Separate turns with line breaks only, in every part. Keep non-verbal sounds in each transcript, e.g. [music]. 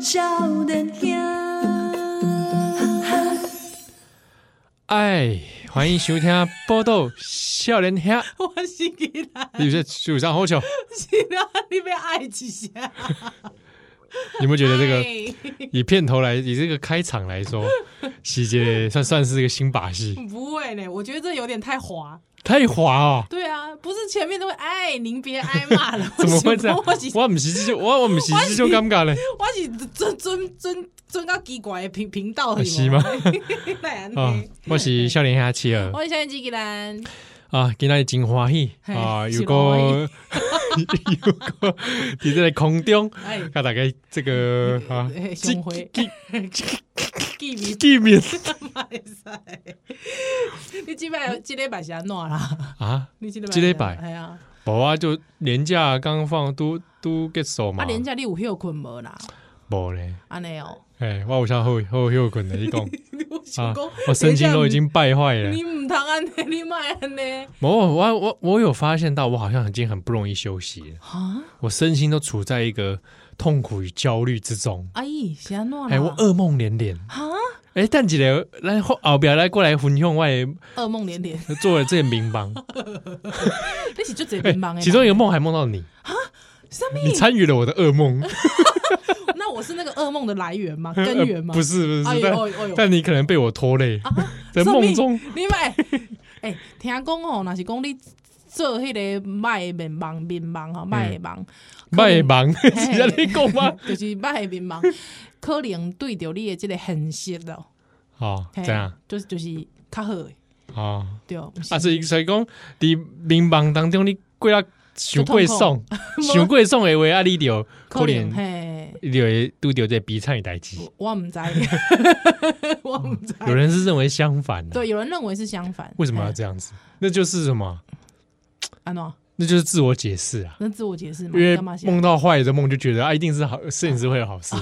少年兄，哈哈
哎，欢迎收听《报道少年兄》，
我是起来，
有些有啥好笑？
是啦，你被爱一下。
你有没有觉得这个
哎
以片头来，以这个开场来说，洗劫算算是一个新把戏，
不会呢，我觉得这有点太滑。
太滑哦！
对啊，不是前面都会哎，您别挨骂了，
怎么会这样
我是？
我唔是就我我唔是就尴尬嘞，
我是尊尊尊尊到奇怪的频频道里
啊是吗？
那样
[laughs] 啊
呢？，
我是少年兄妻儿
[laughs] 我是小燕子吉兰，
啊，今仔真欢喜
哎嘿
啊，有
真
个
欢
[laughs] 有个伫这个空中，
哎，
看大概这个啊
哎，相会
见
记名
见
[laughs]
面
卖晒。你这摆这礼拜是安怎啦？
啊。
你这礼拜
这礼拜
是安怎哎呀，
无啊，就年假刚放都都结束嘛
啊，，连假你有休困无啦？
无咧，
安尼哦，
哎，我有啥好好休困的，你讲
我
啊
想讲，，
我神经都已经败坏 [laughs] 了。
你唔通安尼，你莫安尼
我我我我有发现到，我好像已经很不容易休息了，
啊！
我身心都处在一个痛苦与焦虑之中。
阿姨是安怎啦？
哎，我噩梦连连。
啊，
哎，但几个来后后边来过来分享我的
噩梦连
[laughs]
连，
做了这个名帮，
你是就这
哎
边忙，诶。
其中一个梦还梦到你，
什么？
你参与了我的噩梦，
那我是那个噩梦的来源吗？根源吗？
不是不
哎
是，
呦
但
哎呦哎呦
但你可能被我拖累，在
什么
梦中，
你咪 [laughs] 哎，听讲吼，若是讲你做迄个卖面盲面盲
嗯
吼，卖盲
卖忙，是
嘿
在你讲吗？
就是卖面盲，可能对着你的即个现实咯，
哦，
嘿
这样？
就是就是较好诶，
哦，
对，不是
啊，所以所以讲，伫民望当中，你过啊想过爽， [laughs]
苦
想过爽的话，啊，你就可
可能
能
嘿，
你就会拄着这悲惨的代志。
我我唔知， [laughs] 我唔知，
有人是认为相反的，
哎对，有人认为是相反，
为什么要
嘿
这样子？那就是什么？
安怎？
那就是自我解释啊。
那自我解释嘛，
因为
干嘛写？
梦到坏的梦，就觉得啊，一定是好，现实会有好
[laughs]
事。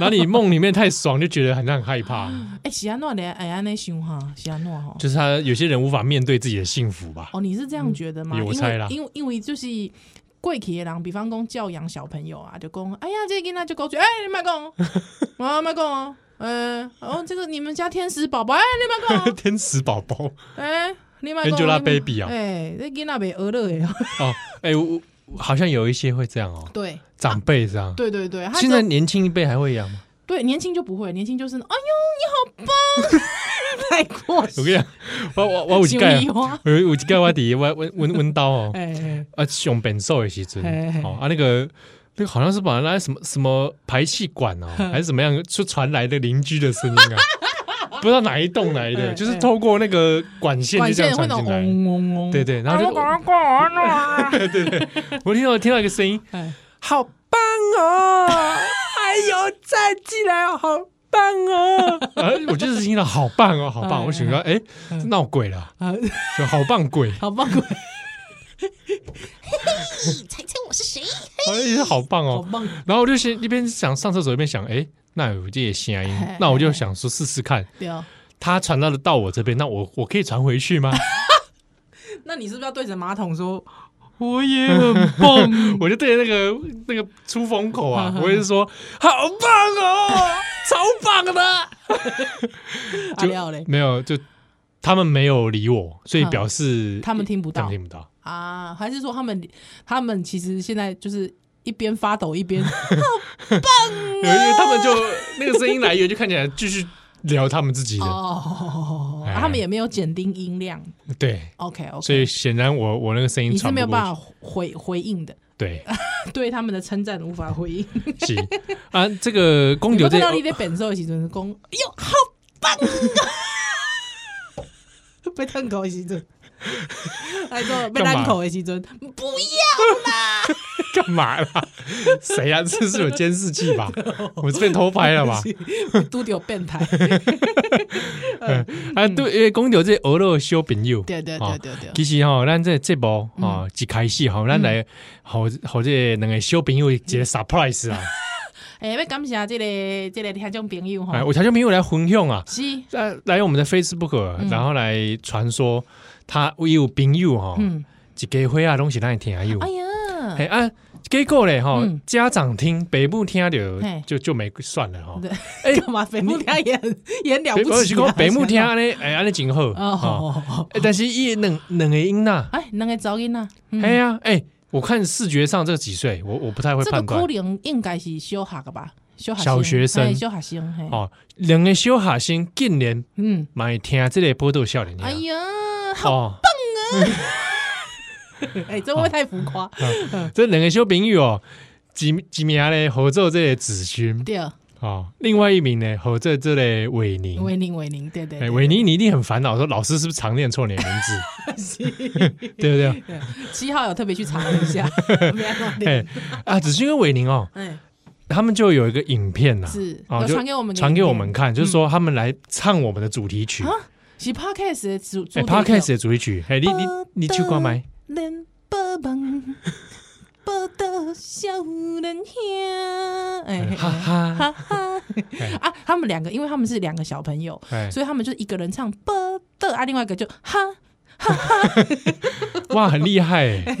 然后你梦里面太爽，就觉得很让很害怕。
哎，是安诺的，哎，安内想哈，是安诺哈。
就是他有些人无法面对自己的幸福吧？
哦，你是这样觉得
嗯
吗？因
我
为
猜啦
因为因为就是过去的人，比方讲教养小朋友啊，就讲，哎呀，这个囡仔就过去，哎，你别讲哦，啊，别讲哦，呃，哦，这个你们家天使宝宝，哎，你别讲哦，
[laughs] 天使宝宝
哎，你别讲哦
Angelababy 啊
哎，这囡仔被讹了的哦，
哦，哎、我我好像有一些会这样哦，
对
长辈这样。
对对对，他
现在
就
年轻一辈还会养吗？
对年轻就不会，年轻就是，哎呦，你好棒， [laughs] 太过
我跟你讲，我我我有一盖，
想
[laughs]
你哦
我有一盖我底我温温温刀哦，
哎哎，
啊熊本兽的时阵
嘿嘿，
哦啊那个那个好像是把那什么什么排气管哦，还是怎么样，就传来的邻居的声音啊，不知道哪一栋来的，
嘿
就是
嘿
透过那个管线就
管
这
线
样
会
传
那种
进来。
嗡嗡嗡，
对对，然后就 [laughs] 我听到听到一个声音，
哎
好棒哦！哎呦，站起来哦，好棒哦！啊，我就是听到好棒哦，好棒！我想说，哎，闹鬼了，
啊，
就好棒鬼，
好棒鬼，
猜猜我是谁？
哎，好棒
好
哦！
棒，
[laughs] 然后我就先一边想上厕所，一边想，哎，那有这些声音，那我就想说试试看，
对哦。
他传到了到我这边，那我我可以传回去吗？
那你是不是要对着马桶说？我也很棒， [laughs]
我就对着那个那个出风口啊，我也是说，好棒哦，超棒的。
阿廖啊嘞，
[laughs] 没有，就他们没有理我，所以
嗯
表示
他们听不
他们
到
听不到。
啊？还是说他们他们其实现在就是一边发抖
[laughs]
一边
因为他们就 [laughs] 那个声音来源就看起来继续聊他们自己的，
哦，
哎
啊他们也没有减低音量。
对，
OK
所
OK，
以显然我我那个声音
你是
传
没
不
有
过
办
去，
法回回应的， [laughs]
[laughs] 对，
对他们的称赞无法回
[laughs]
应。
是啊，这个公
你
牛
有
这
看到你在本寿的时阵讲， [laughs] 哎呦，好棒啊！ [laughs] 被烫口的时阵，
[laughs]
还说被
干嘛
烂口的时阵，不要。 [laughs]
[laughs] 干嘛啦？谁啊？这是有监视器 [laughs] 吧？我这边偷拍了 [laughs] 吧？
都得有变态，
啊，对，因为公牛这俄罗斯朋友，
对对
哦
对对对，
其实吼，咱这个节目
嗯
吼一开始吼，咱来好好这两个小朋友一
嗯
个 surprise
[laughs]
啊！
哎，要感谢这个这个听众朋友
哎，
哈，
我条件朋友来分享啊，
是，
来来我们的 Facebook，、然后来传说他有朋友哈、
嗯，
哦一家伙啊拢是咱的听友。
哎呀，
嘿啊，结果嘞哈
嗯，
家长听北部听
嘿
着就就没算了哈。
对
哎
干嘛？北木天也很也很了
北
不
我是
起啊，
讲北部听
啊，
安
[laughs]
尼，哎安尼真好
哦
啊。
哦，哦
哎但是伊两两个音呐，
哎，那个噪音呐，嗯
哎呀哎，我看视觉上这几岁，我我不太会
这个
判断
可。能应该是小学的吧，小学
小学生
哎小学生，嘿
哦，两个小学生竟然
嗯，
买听这个波多笑脸
哎
听。
呀，好，
啊哦，
哎，这会不会太浮
哦
夸？
嗯这两个小朋友哦，一一名咧合作这个子勋
对，
哦，另外一名呢合作这个伟宁。
维宁维宁，对对，
哎，
对
维尼，你一定很烦恼，说老师是不是常念错你的名字， [laughs] 对不
七号有特别去查了一
[laughs]
下，没按到
对？
脸
哎啊，子勋跟维宁哦，
哎，
他们就有一个影片呐、
是
哦
有
就
传给我们，
传给我们看，就是说他们来唱我们的主题曲，
嗯啊是 podcast 的主主
哎
题啊
，Podcast 的主题曲，哎，你你你去关麦，
连八 [laughs] 万，报道少年兄，哎
哈哈，
哈哈啊！他们两个，因为他们是两个小朋友，
哎，
所以他们就是一个人唱报道啊，另外一个就哈，
哇，很厉害，
[laughs]
哎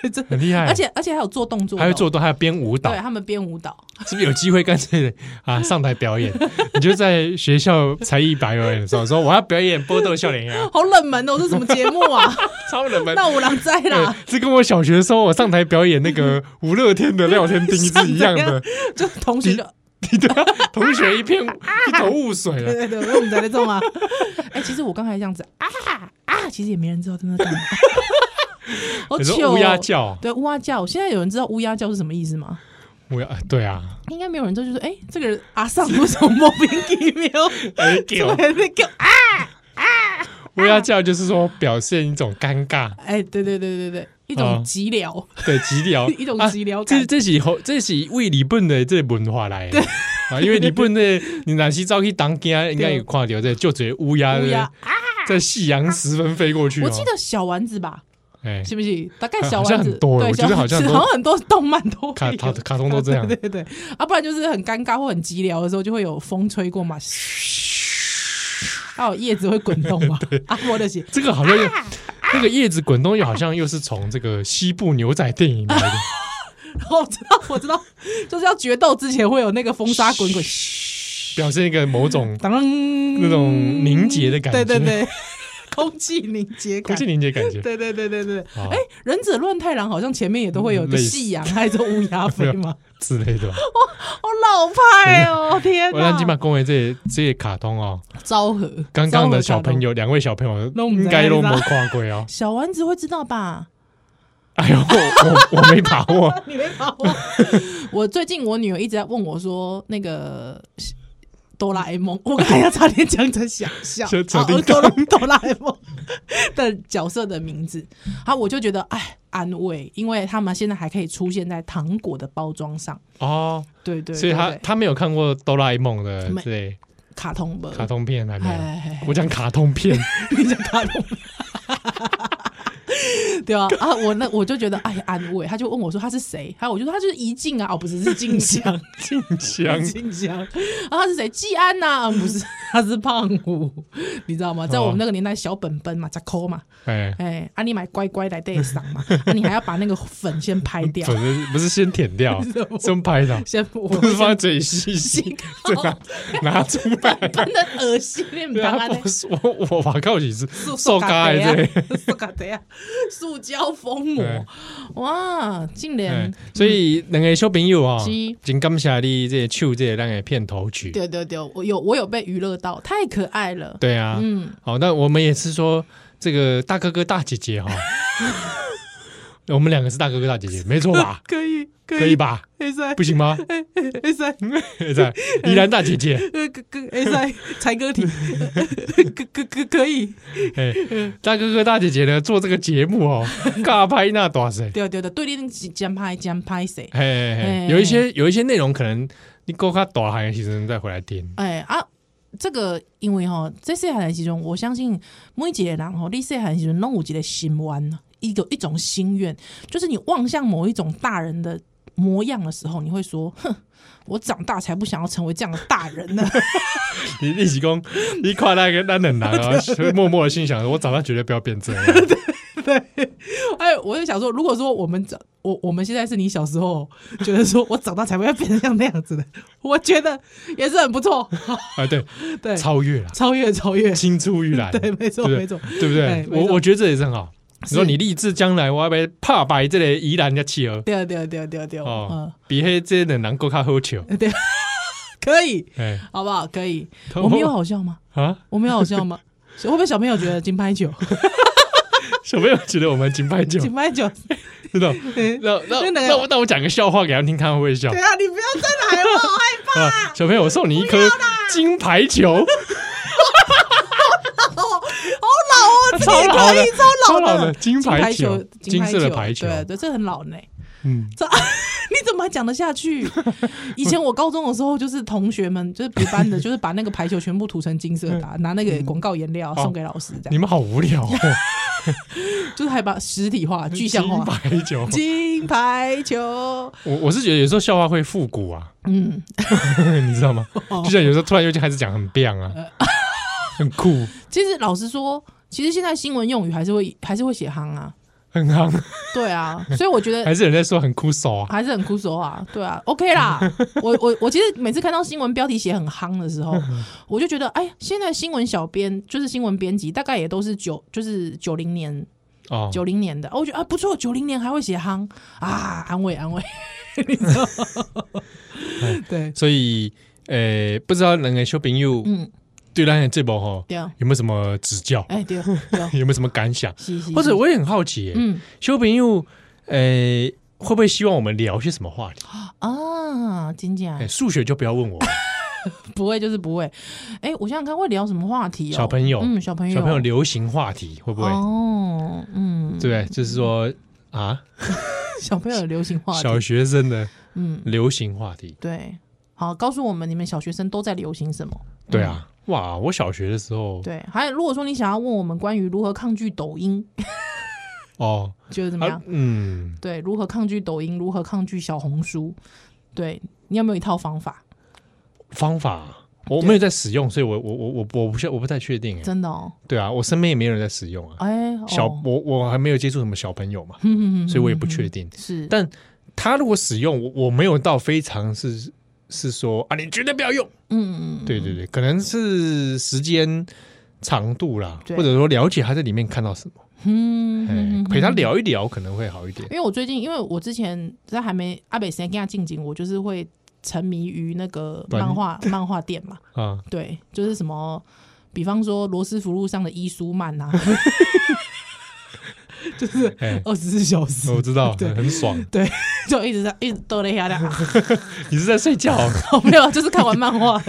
真的
很厉害，
而且而且还有做动作的哦，
哎还会做动，还有编舞蹈
对，啊他们编舞蹈，
是不是有机会干脆啊上台表
[laughs]
演？你就在学校才艺表演的时候说我要表演波豆笑脸呀，
好冷门哦，这什么节目
[laughs]
啊？
啊超冷门。
那五郎在啦，
对这跟我小学的时候我上台表演那
[laughs]
个吴乐天的聊天钉是一样的，
就同学就
你的同学一
啊
片一头雾水了。
对对对，我们在那种啊。 [laughs] 哎，其实我刚才这样子啊啊，其实也没人知道真的干嘛。 [laughs] 好
你
糗
说
哦
乌鸦，叫，
对乌鸦叫，现在有人知道乌鸦叫是什么意思吗？
乌鸦啊对
[laughs]
啊，
应该没有人知道，就是哎，这个人阿尚为什么莫名其
[laughs]
妙
哎
突然在叫啊？
乌鸦叫就是说表现一种尴尬，
哎，对对对对对，一
哦
种寂寥，
对，寂寥
[laughs] 一种
啊
寂寥
这
感。
这是后这是为日本的这个文化来的啊，因为日本的你若是早去当家，应该有看到这就只乌鸦
乌鸦，
在夕阳时分飞过去哦。
我记得小丸子吧，
哎，
是不是？大概
啊
小
好像
丸子
很多
对，
我觉得
小
好
丸子
像很多
好像很多动漫都
卡
会
卡
有
卡通都这样
[laughs] 对对对，啊，不然就是很尴尬或很寂寥的时候，就会有风吹过嘛，还有叶子会滚动
[laughs]
嘛，啊，我的鞋，
这个好像又那个叶子滚动，又好像又是从这个西部牛仔电影来
[laughs]
的。
然后我知道我知道，就是要决斗之前会有那个风沙滚滚，
表现一个某
[laughs]
种
当那
那种凝结的感觉
对对对， [laughs] 空气凝结
空
感
气。凝结感觉。
[laughs] 对对对对对，
啊
哎，忍者乱太郎好像前面也都会有一个
嗯类似
夕阳，还有一只乌鸦
[laughs]
飞嘛，
之类的吧，
好老派
[laughs]
哦，天
我让
哪
金！马公园这些这些卡通哦，
昭和，
刚刚的
昭
小
和卡通
朋友两位小朋友
都不知道
应该都没看过哦。
小丸子会知道吧？
哎呦，我我我没把握，
你没把握。 [laughs] 我最近我女儿一直在问我说，那个哆啦 A 梦，我刚才要差点讲成小
[laughs]
笑，
小小
啊
叮当
哆啦哆啦 A 梦的角色的名字，啊，我就觉得哎安慰，因为他们现在还可以出现在糖果的包装上， [laughs]
哦，
对对
所以他
对对
他没有看过哆啦 A 梦的
没
之类
卡通吧，
卡通片还没
哎，
有。
哎哎
我讲卡通片，
[laughs] 你讲卡通。对啊，啊，我那我就觉得哎呀安慰，他就问我说他是谁，还有我就说他就是怡静啊，哦不是是静香，
静香
静香，啊他是谁？季安呐、啊，不是， [laughs] 他是胖虎，你知道
哦
吗？在我们那个年代，小本本嘛，扎抠嘛，
哎，
哎，啊你买乖乖来对赏嘛，啊你还要把那个粉先拍
[laughs]
掉
不，是不是先舔
[laughs]
掉，先拍的，
先我
不是放在嘴里吸吸，
靠
再
[laughs]
拿 [laughs] 拿出来。
真的恶心，哦
[laughs]
你
对
当
啊，
安
我我我我靠，你是瘦咖
咖
还是
呀
这？，
啊 [laughs] 塑胶袋啊，塑胶封
哎
膜，哇，竟
哎
然
所以两个小朋友啊
是，
真感谢你这个唱这个咱的片头曲。
对对对，我有我有被娱乐到，太可爱了。
对啊，
嗯，
好，那我们也是说这个大哥哥大姐姐
[laughs]
哈，我们两个是大哥哥大姐姐，没错吧？
可以
可以？吧？
会塞
不行吗？
[laughs] 会塞，
在宜兰大姐姐，
呃，可可会塞，才哥体，可可可可以。
哎，大哥哥大姐姐呢做这个节目哦，尬拍那多谁？
对对对，对立讲拍讲拍谁？
哎哎哎，有一些有一些内容可能你够他大汉的时候再回来听，
哎啊，这个因为吼，这细汉的时阵，我相信每一个人吼，你细汉的时阵拢有一个心愿，一个一种心愿，就是你望向某一种大人的模样的时候，你会说，哼，我长大才不想要成为这样的大人呢。 [laughs]
你一起讲，你
[laughs]
看那个那很难啊，默默的心想，我长大绝对不要变这样。
哎，我就想说，如果说我们长，我我们现在是你小时候觉得说我长大才不要变成像那样子的，我觉得也是很不错。
啊，对，
对，
超越了，
超越超越， [laughs]
青出于蓝，
对，没错
对不对
没错，
对不
哎
对？
没错
我我觉得这也是很好。你说
是
你立志将来，我要被怕白这类宜兰的企鹅
对啊对啊对啊对啊对啊，嗯
哦，，比黑这的能够较好笑。
可以，
哎，
好不好？可以， [laughs] 我们有好笑吗？
啊，
我们有好笑吗？会不会小朋友觉得金
[laughs]
牌九，
小朋友觉得我们金牌酒，
金
[laughs]
牌九？
真的。
[laughs] 对
那那
真的
那我那我讲个笑话给他们听，看会不会笑
啊，你不要再来了，我害
啊？小朋友，我送你一颗金牌球，
好老哦，
超
这个
老
可
的
以，超
超
老
老的金牌球，
啊金
金
牌
色的排球，
对对，这很老呢。 [laughs]
嗯，
这你怎么还讲得下去？以前我高中的时候，就是同学们就是补班的，就是把那个排球全部涂成金色
[laughs]
的啊、拿那个广告颜料啊送给老师，这
嗯哦你
样、
们好无聊哦，
就是还把实体化、 [laughs] 具象
金
化。
牌球，
[laughs] 金牌球，
我我是觉得有时候笑话会复古啊，
嗯，
[laughs] 你知道吗？
哦
就像有时候突然又就开始讲很 biang 啊，
呃
[laughs] 很酷，
其实老实说，其实现在新闻用语还是会还是会写行啊，
很夯，
对啊，所以我觉得
还是有人在说很酷手啊，
还是很酷手啊，对啊，OK 啦。我我我其实每次看到新闻标题写很夯的时候，我就觉得，哎，现在新闻小编就是新闻编辑，大概也都是九就是九零年
哦，
九零年的，哦我觉得啊不错，九零年还会写夯啊，安慰安慰，你知道？对，
所以呃，不知道两个小朋友
嗯，
对咱的这部吼
对啊，
有没有什么指教，
哎对
[laughs]
对，
有没有什么感想？
是是，
或者
是
我也很好奇耶，
嗯
小朋友，呃，会不会希望我们聊些什么话题？
啊，真假
哎，数学就不要问我，
不会就是不会，哎，我想想看会聊什么话题哦，
小朋友
嗯，小朋友，
小朋友流行话题会不会？
哦，嗯，
对不对？就是说啊，
小朋友的流行话
小
题，
学生的
嗯。
流行话题，
对，好，告诉我们你们小学生都在流行什么？
对啊，哇，我小学的时候
嗯对，还有如果说你想要问我们关于如何抗拒抖音，
哦，
觉得怎么样？
啊，嗯，
对，如何抗拒抖音，如何抗拒小红书？对你有没有一套方法？
方法我
对
没有在使用，所以我我我我我不确我不太确定哎。
真的哦，
对啊，我身边也没有人在使用啊。
哎，
小
哦、嗯
我我还没有接触什么小朋友嘛，所以我也不确定。
是，嗯
但他如果使用，我我没有到非常是是说啊，你绝对不要用。
嗯嗯，
对对对，可能是时间长度啦，
对
或者说了解他在里面看到什么，
嗯嗯
哎
嗯，
陪他聊一聊可能会好一点
因为我最近，因为我之前在还没阿北先跟他进京，我就是会沉迷于那个
短
漫画漫画店嘛，
啊。
对，就是什么，比方说罗斯福路上的伊舒曼啊， [laughs]
哎，
二十四小时
我知道，
对
很很爽。
对， [laughs] 就一直在一直逗了一下的， [laughs]
你是在睡觉？啊
我没有，就是看完漫画。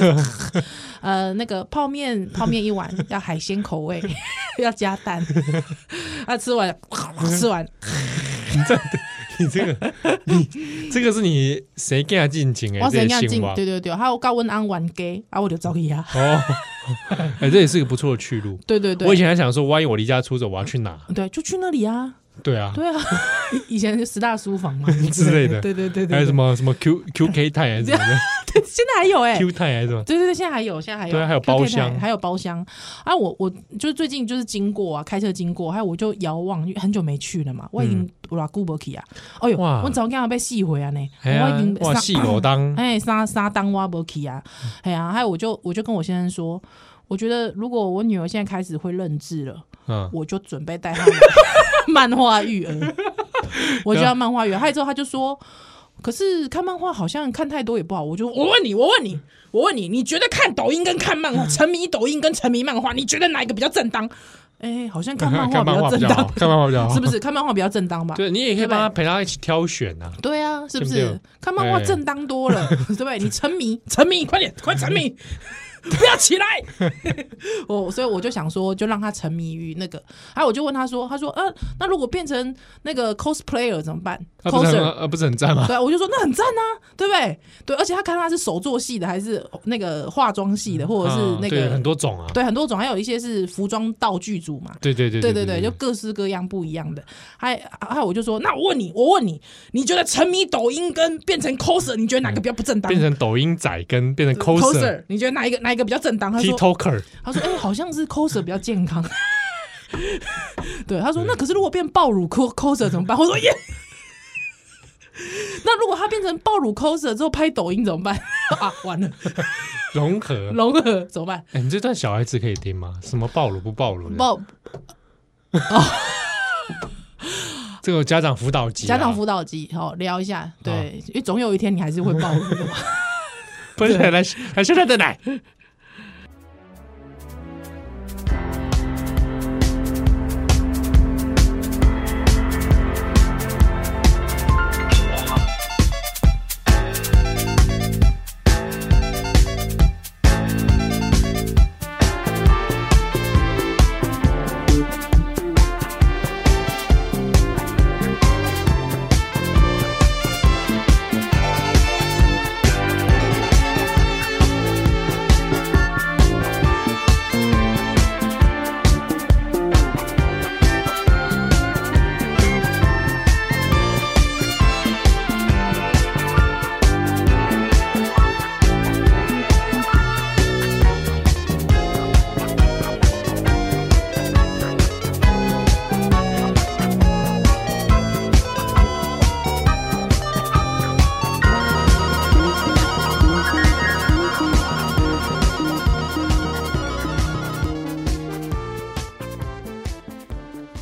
[laughs] 呃，那个泡面，泡面一碗 [laughs] 要海鲜口味， [laughs] 要加蛋。 [laughs] 啊，吃完， [laughs] 吃完，
你这个， [laughs] 你这个是你谁给他进情哎？
我
这
怎样
些
进
新？蛙
对对对，还有高温安玩 gay 啊，我就找伊啊。
哦， [laughs] 哎，这也是个不错的去路。
对对对，
我以前还想说，万一我离家出走，我要去哪？
对就去那里啊，
对啊，
对啊，以前就十大书房嘛
[laughs] 之类的
对对对对，对
还有什？么什么 Q QK 泰还是什么的
对现在还有哎、
Q 泰还是什么？
对对对，现在还有，现在还有，
对啊还有
QK 台
包厢
还有包厢啊！我我就是最近就是经过啊，开车经过，还有我就遥望，因为很久没去了嘛，我已经老顾不起啊！哎呦，
嗯哇
我早刚刚被戏回啊呢，
哎呀
我已经，
哇，
三
细狗当嗯
哎沙沙当挖不起啊！哎呀，还有我就我就跟我先生说，我觉得如果我女儿现在开始会认字了，
嗯，
我就准备带她 [laughs] 漫画育 [laughs] 儿，我就要漫画育儿。还有之后他就说。可是看漫画好像看太多也不好，我就我问你，我问你，我问你，你觉得看抖音跟看漫画，沉迷抖音跟沉迷漫画，你觉得哪一个比较正当？哎、好像看漫画
看
比
漫
较
画比
正
较好，
当， [laughs]
看漫画比较好，
是不？是？看漫画比较正当吧？
对你也可以帮他陪他一起挑选啊。
对啊，是
对
不
不
是
对？
看漫画
哎
正当
[laughs]
多了，对不对？你沉迷，沉迷，快点，快沉迷，不要起来。 [laughs] 我所以我就想说，就让他沉迷于那个。还有我就问他说，他说，呃，那如果变成那个 cosplayer 怎么办
啊，不是很
？coser
呃不是很赞吗？
对啊，我就说那很赞啊，对不对？对，而且他看他是手作系的，还是那个化妆系的，或者是
啊
那
对
个
很多种啊。
对很多种，还有一些是服装道具组嘛，
对对对
对对对，就各式各样不一样的。还还有我就说，那我问你，我问你，你觉得沉迷抖音跟变成 coser，你觉得哪个比较不正当？
变成抖音仔跟变成 coser、
coser，你觉得哪一个哪一个比较正当？他说
TikToker，
他说哎、好像是 coser 比较健康。 [laughs] 对，他说
对
那可是如果变爆乳 cos coser 怎么办？我说耶。 [laughs] 那如果他变成爆乳 coser 之后拍抖音怎么办 [laughs] 啊？完了，
融合。
融合怎么办？
哎、你这段小孩子可以听吗？什么暴露不暴露的？
爆
这个家长辅导级啊、
家长辅导机，好聊一下，对，因为总有一天你还是会暴露的嘛。
不是来来来，现在的奶。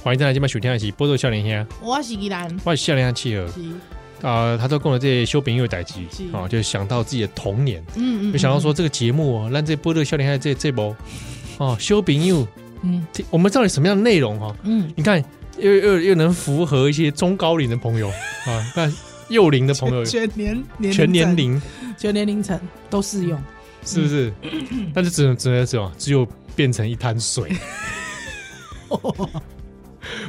欢迎再来今晚收听的是《波多少年兄》，
[laughs] 我是依兰，
我是少年兄企鹅
是
啊，他都跟我这些修饼又代机
是
啊，就想到自己的童年，
嗯嗯，
就想到说这个节目哦，让这波多少年兄这这波哦修饼又，
嗯，
这我们到底什么样的内容哈、哦？
嗯
你看又又又能符合一些中高龄的朋友啊，那幼龄的朋友
嗯，。全年年
全年
龄
龄
层全年龄层都适用，
是不是？
嗯
但是只能只能只有只有变成一滩
[laughs]
水，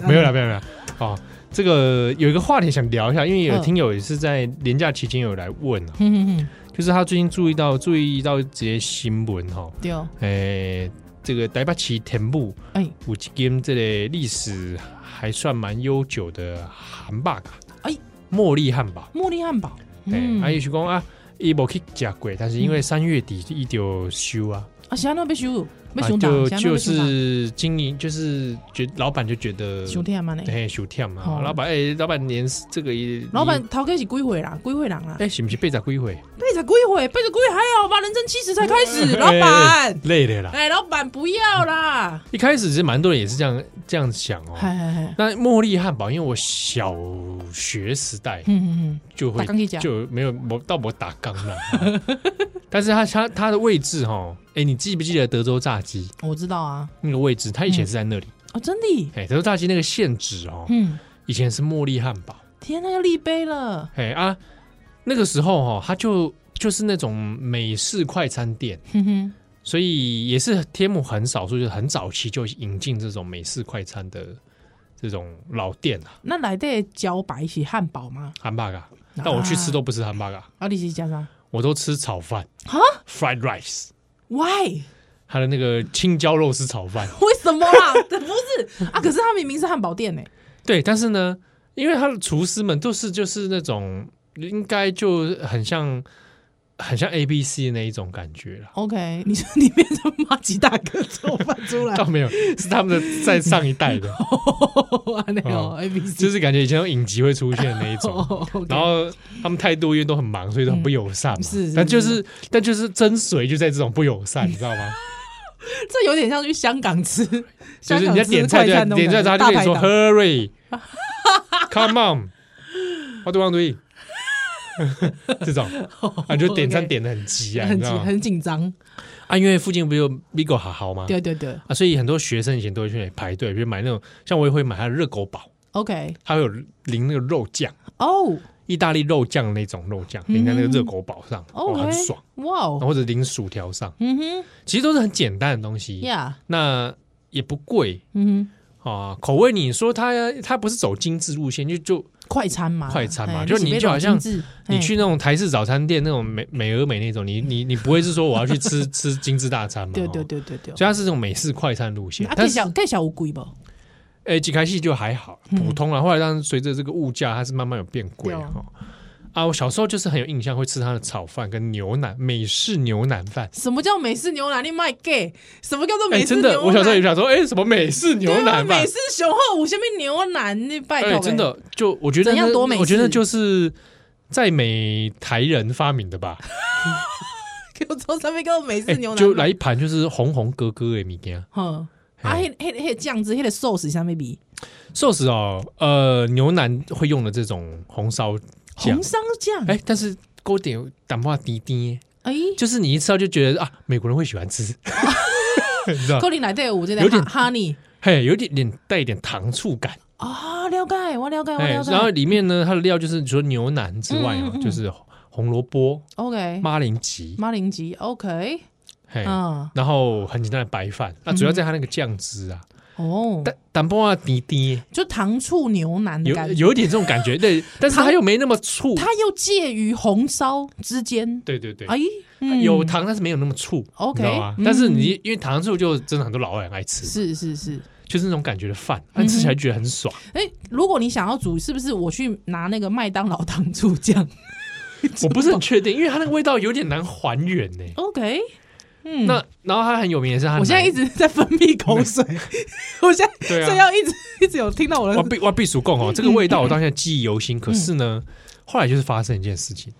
没有啦，没有啦。哦，这个有一个话题想聊一下，因为有
嗯
听友也是在年假期间有来问啊，
嗯，嗯嗯嗯，
就是他最近注意到注意到这些新闻哈、哦，
对哦，
诶、这个台北市田埔
哎
有一间这个历史还算蛮悠久的汉堡啊，
哎
茉莉汉堡，
茉莉汉堡，
哎，
嗯，
啊，也许讲啊，伊无去食过，但是因为三月底伊就休啊，
啊，想到被修，被
啊
修打，
就
谁
就
要被
是经营，就是觉老板就觉得
修天嘛呢？
嘿休跳嘛，
哦
老板哎、老板连这个也
老板头家是几岁啦？几岁人啦
哎、？是不是被砸归回？
八十几岁，八十几岁还好吧？人生七十才
[laughs]
开始，老
哎
板，
累了啦。
哎，老板不要啦！
一开始其实蛮多人也是这样这样想哦。
嗨嗨嗨，
那茉莉汉堡，因为我小学时代
嗯嗯
就
嗯，
会
打钢去讲，
就没有我到我打钢
[laughs]
了，啊但是它它它的位置哈、哦，哎，你记不记得德州炸鸡
我知道啊，
那个位置？它以前是在那里，
哦，真的，
哎、德州炸鸡那个现址哦，
嗯，
以前是茉莉汉堡。
天啊呐，要立碑了，
哎啊，那个时候哦，它就就是那种美式快餐店，
哼哼，
所以也是天母很少数，就是很早期就引进这种美式快餐的这种老店啊，
那来的茭白是汉堡吗？
汉堡啊。但我去吃都不吃汉堡啊，
啊，你是加啥
我都吃炒饭
哈
（fried rice），
？Why？
它的那个青椒肉丝炒饭。
[laughs] 为什么啦？这不是啊，可是它明明是汉堡店呢。欸
对，但是呢，因为他的厨师们都是就是那种应该就很像很像 A B C 那一种感觉啦。
OK，你说里面是马吉大哥做饭出
[laughs]
来
倒，没有，是他们的在上一代的，
安尼哦，A B C，
就是感觉以前那种影集会出现的那一种。
哦，OK，
[laughs] 然后他们态度因为都很忙，所以都很不友善嘛。
嗯是是
但就是但就是真髓就在这种不友善，你知道
[laughs]
吗？
这有点像去香港吃，
就
香
是人
港
家
吃
点菜
快
就
餐那种
点菜，他
感觉
就跟你说
大排档
“Hurry, [laughs] come on, [laughs] what do you want to eat？” [laughs] 这种啊，就点
[laughs]
餐
哦 OK
点的很急啊，你
很
知道
紧
吗？
很紧张，
啊，因为附近不是有 Bigo 好好吗？
对对对
啊，所以很多学生以前都会去那里排队，比如买那种，像我也会买它的热狗堡，
，OK，
它会有淋那个肉酱。
哦
意大利肉酱那种肉酱，淋在那个热狗堡上，哦，
嗯，OK，
很爽。，
哇
然
哦，
后或者淋薯条上，
嗯哼
其实都是很简单的东西
呀，
那也不贵
yeah，嗯
啊。口味你说它它不是走精致路线，就就
哼，快餐嘛，
快餐嘛
哎
就
那是
你
北
就
岛
好像
精致
你
哎
去那种台式早餐店那种美美而美那种，你你你不会是说我要去吃 [laughs] 吃精致大餐嘛？
对对
哦，
对对对，
所以它是这种美式快餐路线
啊，，
但
介
是
绍介绍有贵不？
啊哎，几开戏就还好，普通了。后来当然随着这个物价，它是慢慢有变贵
嗯对啊
哈。啊，我小时候就是很有印象，会吃它的炒饭跟牛腩美式牛腩饭。
什么叫美式牛腩？你卖 gay？什么叫做
哎、
美式
真
牛腩？
的，我小时候也想说，哎、什么美式牛
对啊
腩饭
美？式雄厚五千面牛腩，你拜
哎、
托、欸
真，的，就我觉得
怎样
那
多美式
我觉得就是在美台人发明的吧。
给我从上面给我美式
哎、
牛腩、
就来一盘就是红红格格的米羹。
哼。啊，
嘿
迄、迄、迄酱汁、迄、个 sauce 上面比
寿司哦，呃，牛腩会用的这种红烧酱
红，烧酱，
哎、但是锅底淡化滴滴，
哎、
就是你一吃到就觉得啊，美国人会喜欢
[laughs]
吃，你知道
可？能内底有这个
有点
honey
嘿，有一点点带一点糖醋感，
啊、了解，我了解，我
哎，
了解。
然后里面呢，它的料就是除了牛腩之外哦
嗯嗯，嗯
就是红萝卜、
OK，
马哎铃吉，
马铃吉 OK，
嘿，
嗯，
然后很简单的白饭，那主要在它那个酱汁啊，
哦，
但淡薄啊滴滴，
就糖醋牛腩的
有
感觉，
有一点这种感觉，对，但是它又没那么醋，
它又介于红烧之间，
对对对，
哎、嗯
有糖，但是没有那么醋
OK，
你知道吗
嗯？
但是你因为糖醋就真的很多老外很爱吃，
是是是，
就是那种感觉的饭，但
嗯
吃起来觉得很
[laughs]
爽。
哎、如果你想要煮，是不是我去拿那个麦当劳糖醋酱
我不是很确定，因为它那个味道有点难还原呢。
？OK，嗯，
那然后它很有名的是它的奶，
我现在一直在分泌口水， [laughs] 我现在
对啊
所以要一直一直有听到我
我
的
必我必属共
嗯
哦，这个味道我到现在记忆犹新。可是呢，后来就是发生一件事情，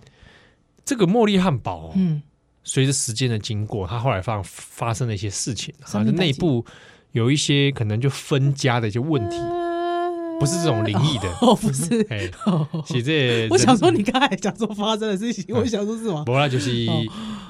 这个茉莉汉堡、哦，
嗯
随着时间的经过，它后来发发生了一些事情，
生
好
命
像
危机
内部有一些可能就分家的一些问题，不是这种灵异
[laughs]
的。。
哦，不是
[laughs] 哎，
哦
其实这
我想说，你刚才讲说发生的事情，
哎
我想说是吗？
不啦，就是
哦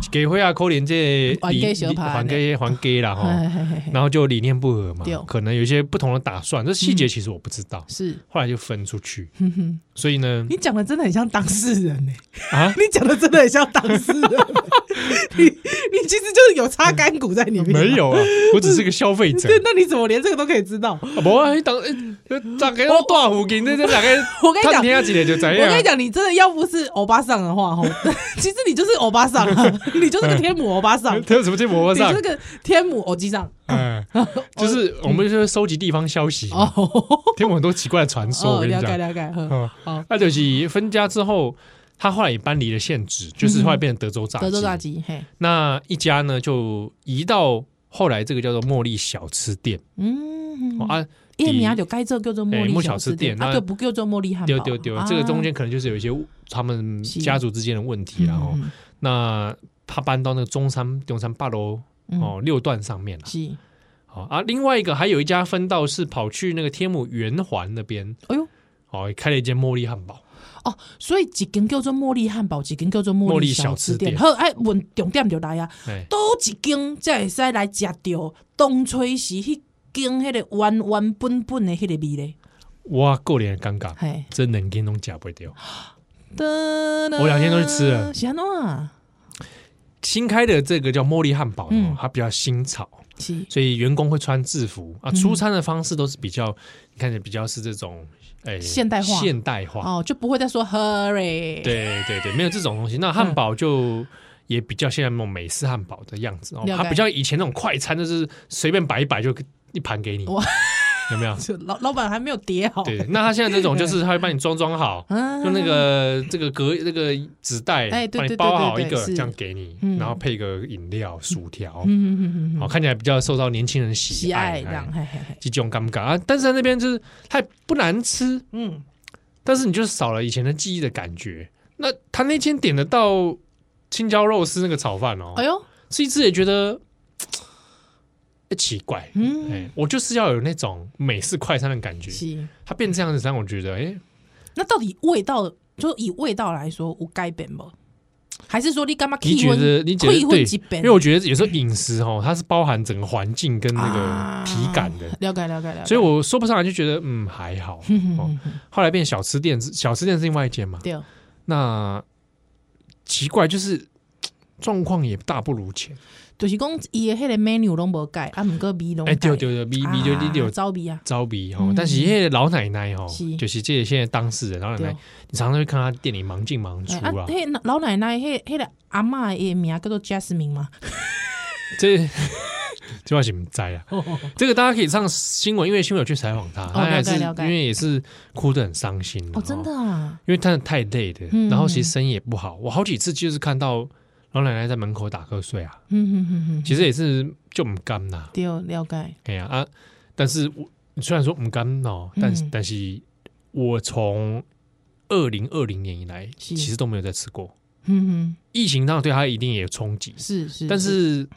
给会啊，扣连这
还给小牌
还给还给啦哈，
哎嘿嘿嘿
然后就理念不合嘛
对，
可能有一些不同的打算，这细节其实我不知道，
是，
后来就分出去，
嗯哼哼，
所以
[laughs]
呢，
你讲的真的很像当事人呢、
啊，
你讲的真的很像当事人，欸 [laughs] 你你其实就是有擦干股在里面，
没。有啊，我只是个消费者。
[laughs] 对，那你怎么连这个都可以知道？我
啊无啊，迄当呃大概我大附近，那这大概
[laughs] 我跟你讲
探听下一个就啊知影。
跟你，讲，你真的要不是欧巴桑的话，吼， [laughs] 其实你就是欧巴桑啊， [laughs] 你就是个
哎
天母欧巴
[laughs]
桑，你
他有什么在
[laughs]
摩托
就
上
是？个天母哦欧基桑。 [laughs]
嗯，就是我们就是收集地方消息嘛，
哦，
听过很多奇怪的传嗯 [laughs] 说。我
哦，
跟你
了解
讲，
了解，呵
嗯
好，
那就是分家之后，他后来也搬离了县址，就是后来变成德州炸鸡。
嗯德州炸鸡，嘿，
那一家呢，就移到后来这个叫做茉莉小吃店
嗯
哦，啊，
叶名就该这叫做茉
哎
莉
木
小
小
吃
吃
店，
店
啊，
那
就不叫做茉莉汉堡。啊
丢丢丢，这个中间可能就是有一些他们
是嗯
家族之间的问题，
然
然
后
后那他搬到那个中山中山八楼
嗯
哦六段上面了。
是，
好啊，另外一个还有一家分道是跑去那个天母圆环那边，
哎呦，
哦，开了一间茉莉汉堡。
哦，所以一间叫做茉莉汉堡，一间叫做茉
茉
莉
莉小
吃
吃
店。
店
好，哎，问重点就来啊，
哎，
倒一间才会使来食到东吹西迄间迄个弯弯本本的迄个味咧。
哇，够脸尴尬，
嘿，
真能给弄假不掉。
我
两天都去吃了
是安怎啊？
新开的这个叫茉莉汉堡呢，
嗯
它比较新潮，
是
所以员工会穿制服啊，出餐的方式都是比较，你看着比较是这种，哎，
现代化
现代化。
哦，就不会再说 hurry。，
对对对，没有这种东西。那汉堡就。也比较现在那种美式汉堡的样子哦，
了解
它比较以前那种快餐，就是随便摆一摆就一盘给你，
哇
有没有？
就老老板还没有叠好。嗯
对，那他现在这种就是他会帮你装装好，
啊
用那个这个隔那个纸袋，
哎对
帮
对
你包
对对
好一
对
个，
是
这样给你
嗯，
然后配个饮料、薯条，
嗯，嗯嗯嗯
好
嗯，
看起来比较受到年轻人喜
喜爱
爱。
这样，
哎
嘿嘿嘿，
这种尴尬啊，但是在那边就是它也不难吃，
嗯，
但是你就是少了以前的记忆的感觉。那他那天点得到青椒肉丝那个炒饭哦
哎，呦，
吃一吃也觉得嘖哎奇怪，
嗯
哎，我就是要有那种美式快餐的感觉。
是。
它变这样子让我觉得，哎，
那到底味道，就以味道来说，有改变吗？还是说你干嘛？
你觉得你觉得
混
对
几本？
因为我觉得有时候饮食哦，它是包含整个环境跟那
啊
个体感的，
了解了解了解，
所以我说不上来就觉得嗯还好。
[laughs] 哼哼
哦
哼哼
后来变小吃店，小吃店是另外一间嘛，
对
那奇怪就是嘖状况也大不如前。
就是讲伊的迄个 menu 拢无改，啊，毋过味拢
哎，对对对，咪咪就你有
招味啊，
招鼻
嗯
哦，但是那个老奶奶哦
是，
就是这个现在当事人老奶
对
奶，你常常会看她店里忙进忙出哎
哎啊，
啊，
迄个老奶奶迄迄个阿嬷的名叫做 Jasmine 嘛，
[laughs] 这就要么灾
[laughs]
啊。这个大家可以上新闻，因为新闻有去采访他，他还
哦了解
是
了解
因为也是哭得很伤心
哦，真的，啊，
因为他太累的
嗯，
然后其实生意也不好。我好几次就是看到老奶奶在门口打瞌睡啊，
嗯嗯嗯嗯，
其实也是就唔甘呐，
对，了解，
哎呀啊，但是我虽然说唔甘哦，但是
嗯
但是我从二零二零年以来，
是
其实都没有再吃过。
嗯嗯，
疫情当然对他一定也有冲击，
是是，
但是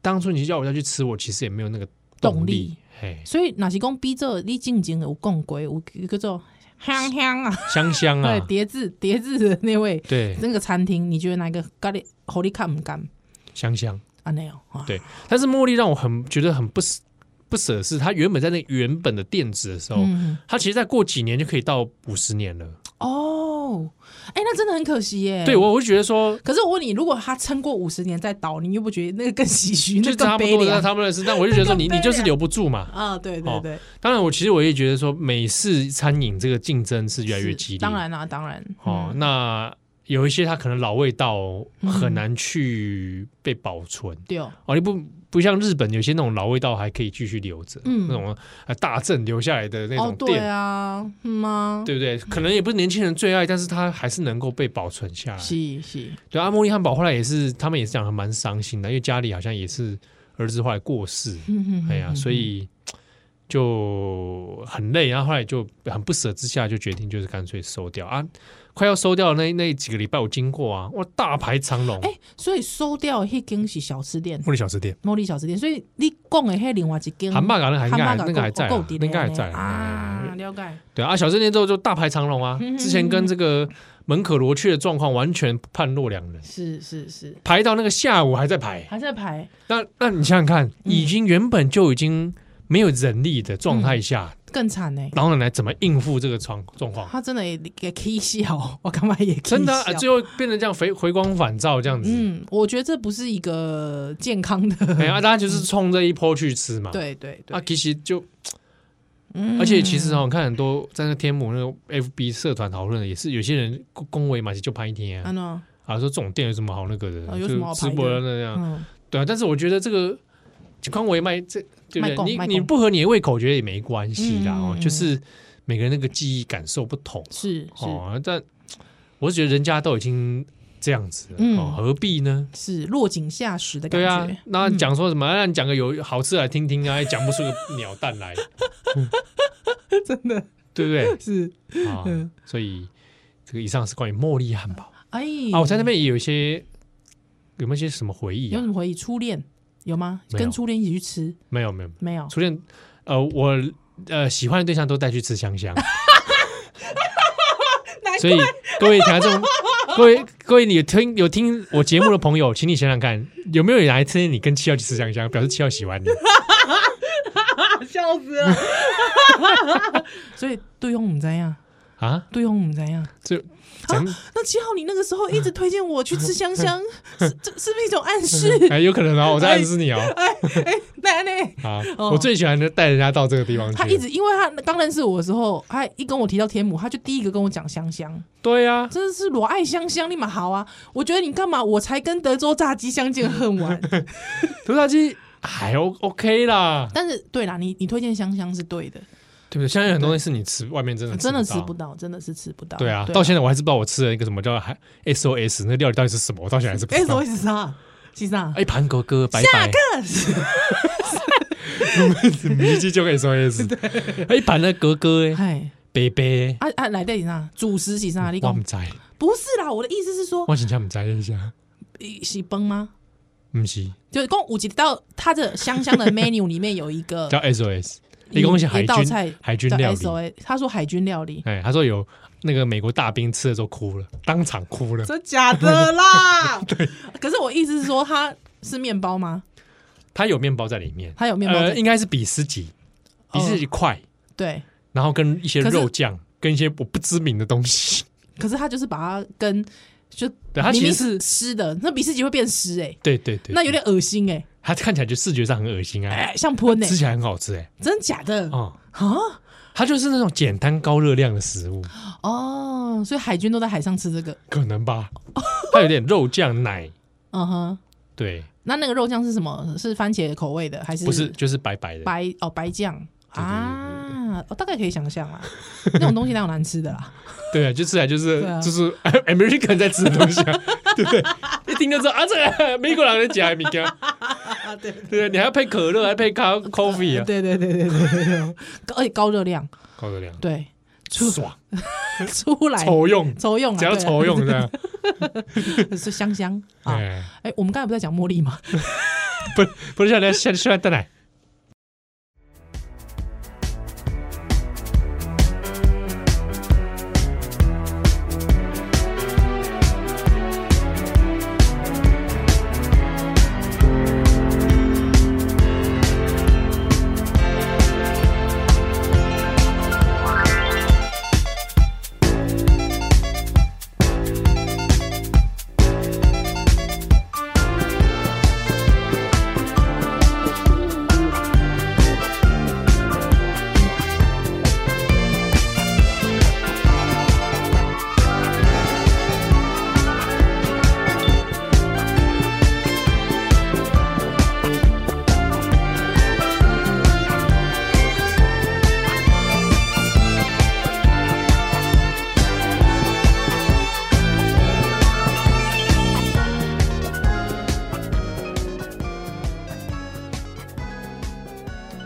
当初你叫我再去吃，我其实也没有那个
动
动
力
力。嘿，
所以若是讲比这你进前有讲过，有一个叫香香啊，
香香啊
[laughs] 对，，叠字叠字的那位
对，
那个餐厅，你觉得哪一个咖喱好你看不干？
香香。
啊那样啊，
对但是茉莉让我很觉得很不舍不舍，是她原本在那原本的店子的时候，
嗯，
她其实再过几年就可以到五十年了。
哦，哎，那真的很可惜耶。
对，我我就觉得说，
可是我问你，如果他撑过五十年再倒，你又不觉得那个更唏嘘，
[laughs] 就
那
是
更
差不
悲
多在
凉
他们的事，但我就觉得说你
[laughs] 那更悲
你
凉
就是留不住嘛。
啊？对对
哦
对，
当然，我其实我也觉得说，美式餐饮这个竞争是越来越
是
激烈。
当然啦，当然
哦，
嗯
那有一些它可能老味道很难去被保存、
对哦，
哦，你不不像日本有些那种老味道还可以继续留着，
嗯
那种呃大正留下来的那
哦
种
对
店，
啊，吗？
对不对？可能也不是年轻人最爱，但是它还是能够被保存下来。
是是，
对，阿莫利汉堡后来也是，他们也是讲得蛮伤心的，因为家里好像也是儿子后来过世，
嗯
哎呀，所以就很累，然后后来就很不舍之下，就决定就是干脆收掉啊。快要收掉的那那几个礼拜，我经过啊，哇，大排长龙，
哎、所以收掉迄间是小吃店，
茉莉小吃店，
茉莉小吃店。所以你讲的迄另外一间，
韩巴嘎那还应该还
汉堡
那个还在啊，
够
那应该还在啊。
啊，了解。
对啊，小吃店之后就大排长龙啊
嗯，
之前跟这个门可罗雀的状况完全判若两人。
是是是，
排到那个下午还在排，
还在排，
那那你想想看，
嗯
已经原本就已经没有人力的状
嗯
态下，
更惨呢、
老奶奶怎么应付这个状状况？
他真的也给 K 笑，我干嘛也气
真的、啊，
笑
最后变成这样回回光返照这样子。
嗯，我觉得这不是一个健康的，
哎呀、大家就是冲这一波去吃嘛。，
嗯对对对
啊，，其实就，
嗯
而且其实哦，我看很多在那天母那个 FB 社团讨论的，也是有些人恭恭维嘛，就拍一天
啊
啊，
喏，
啊说这种店有什么好那个的，
啊有什么好
就是直
排的
播那样，
嗯，
对啊。但是我觉得这个光维卖这对不
卖
对？
供卖
你
供
你不合你的胃口，我觉得也没关系啦。
嗯
哦
嗯，嗯
就是每个人那个记忆感受不同
是是、
哦，但我是觉得人家都已经这样子了，
嗯
哦，何必呢？
是落井下石的感
对啊
觉，，嗯
那你讲说什么？那你讲个有好吃来听听啊，也讲不出个鸟蛋来，
[laughs] 真的
对不对？
[laughs] 是，
啊
嗯，
所以这个以上是关于茉莉汉堡
哎，
啊。我在那边也有一些有没有一些什么回忆
有
啊
什？么回忆？初恋有吗？
没有
跟初恋一起去吃
没有没有，
没有？
初恋呃，我呃喜欢的对象都带去吃
[laughs]
香香，
难
所以各位听众， [laughs] 各位各位你有听有听我节目的朋友，请你想想看，有没有哪一次你跟七号去吃香香，表示七号喜欢你？ [laughs]
笑死了。所以对方唔知呀，
啊，
对方唔知呀。
这咱
[laughs] 那七号，你那个时候一直推荐我去吃香
[laughs]
香，是这是不是一种暗示？
哎有可能哦，我在暗示你哦。
哎哎，奶奶，
啊，
哦
我最喜欢的带人家到这个地方去。
他一直因为他刚认识我的时候，他一跟我提到天母，他就第一个跟我讲香香，
对呀、啊，
真的是我爱香香，立马好啊！我觉得你干嘛？我才跟德州炸鸡相见恨
[laughs]
晚。
屠杀鸡还 O OK 啦，
但是对啦，你你推荐香香是对的，
对不对？现在有很多东西是你吃外面真的
真的吃
不
不
到。
到，真的是吃不到。
对啊，到现在我还是不知道我吃了一个什么叫还 SOS 那料理到底是什么，我到现在还是不
哎，
知
什么
道
意。思啊？其实啊，
哎，盘狗哥，拜拜！明记就可以说
[laughs]
S，哎，盘那哥哥哎，
嗨。
贝贝，
啊啊，来对啥？主食是啥？你
我
讲
唔知，
不是啦，我的意思是说
我请他们知一下，
是崩吗？
不是
就是讲五级到它的香
[laughs]
香的 menu 里面有一个
叫 SOS，一共是海
呃一道
军
菜
海军
叫
料
S O
理。
A，他说海军料理，
哎，他说有那个美国大兵吃了之后哭了，当场哭
[laughs]
了。
真假的啦？对。可是我意思是说，它是面包吗？
它有面包在里面，
它有面包在
呃，应该是比斯吉，比斯吉块，
对。
然后跟一些
可是
肉酱，跟一些我不知名的东西。
可是它就是把它跟就
对它
明
其
明
实是
湿的，那比斯吉会变湿哎，
对对对，
那有点恶心哎，
它看起来就视觉上很恶心啊，
哎，像喷哎
吃，起来很好吃哎，
真假的
哦，
啊？
它就是那种简单高热量的食物，
哦，所以海军都在海上吃这个，
可能吧？它有点肉酱奶，
嗯哼，
对，
那那个肉酱是什么？是番茄口味的还是
不是就是白白的，
白哦白酱
对对对
啊？我大概可以想象啦，啊那种东西哪有难吃的啦？
对啊，就吃起来就是
对啊
就是 American 在吃的东西啊，对不对？一听就知道啊，这个美国人在夹米羹，
对
对不对，你还要配可乐，还配咖 coffee 啊，
对对对对对对对，高而且高热量，
高热量，
对，出
爽，
出来
抽用，
愁用啊，
只要
对啊
抽用这样，
是香香啊。
哎，
哎，我们刚才不是在讲茉莉吗？
不是现在现现在在哪？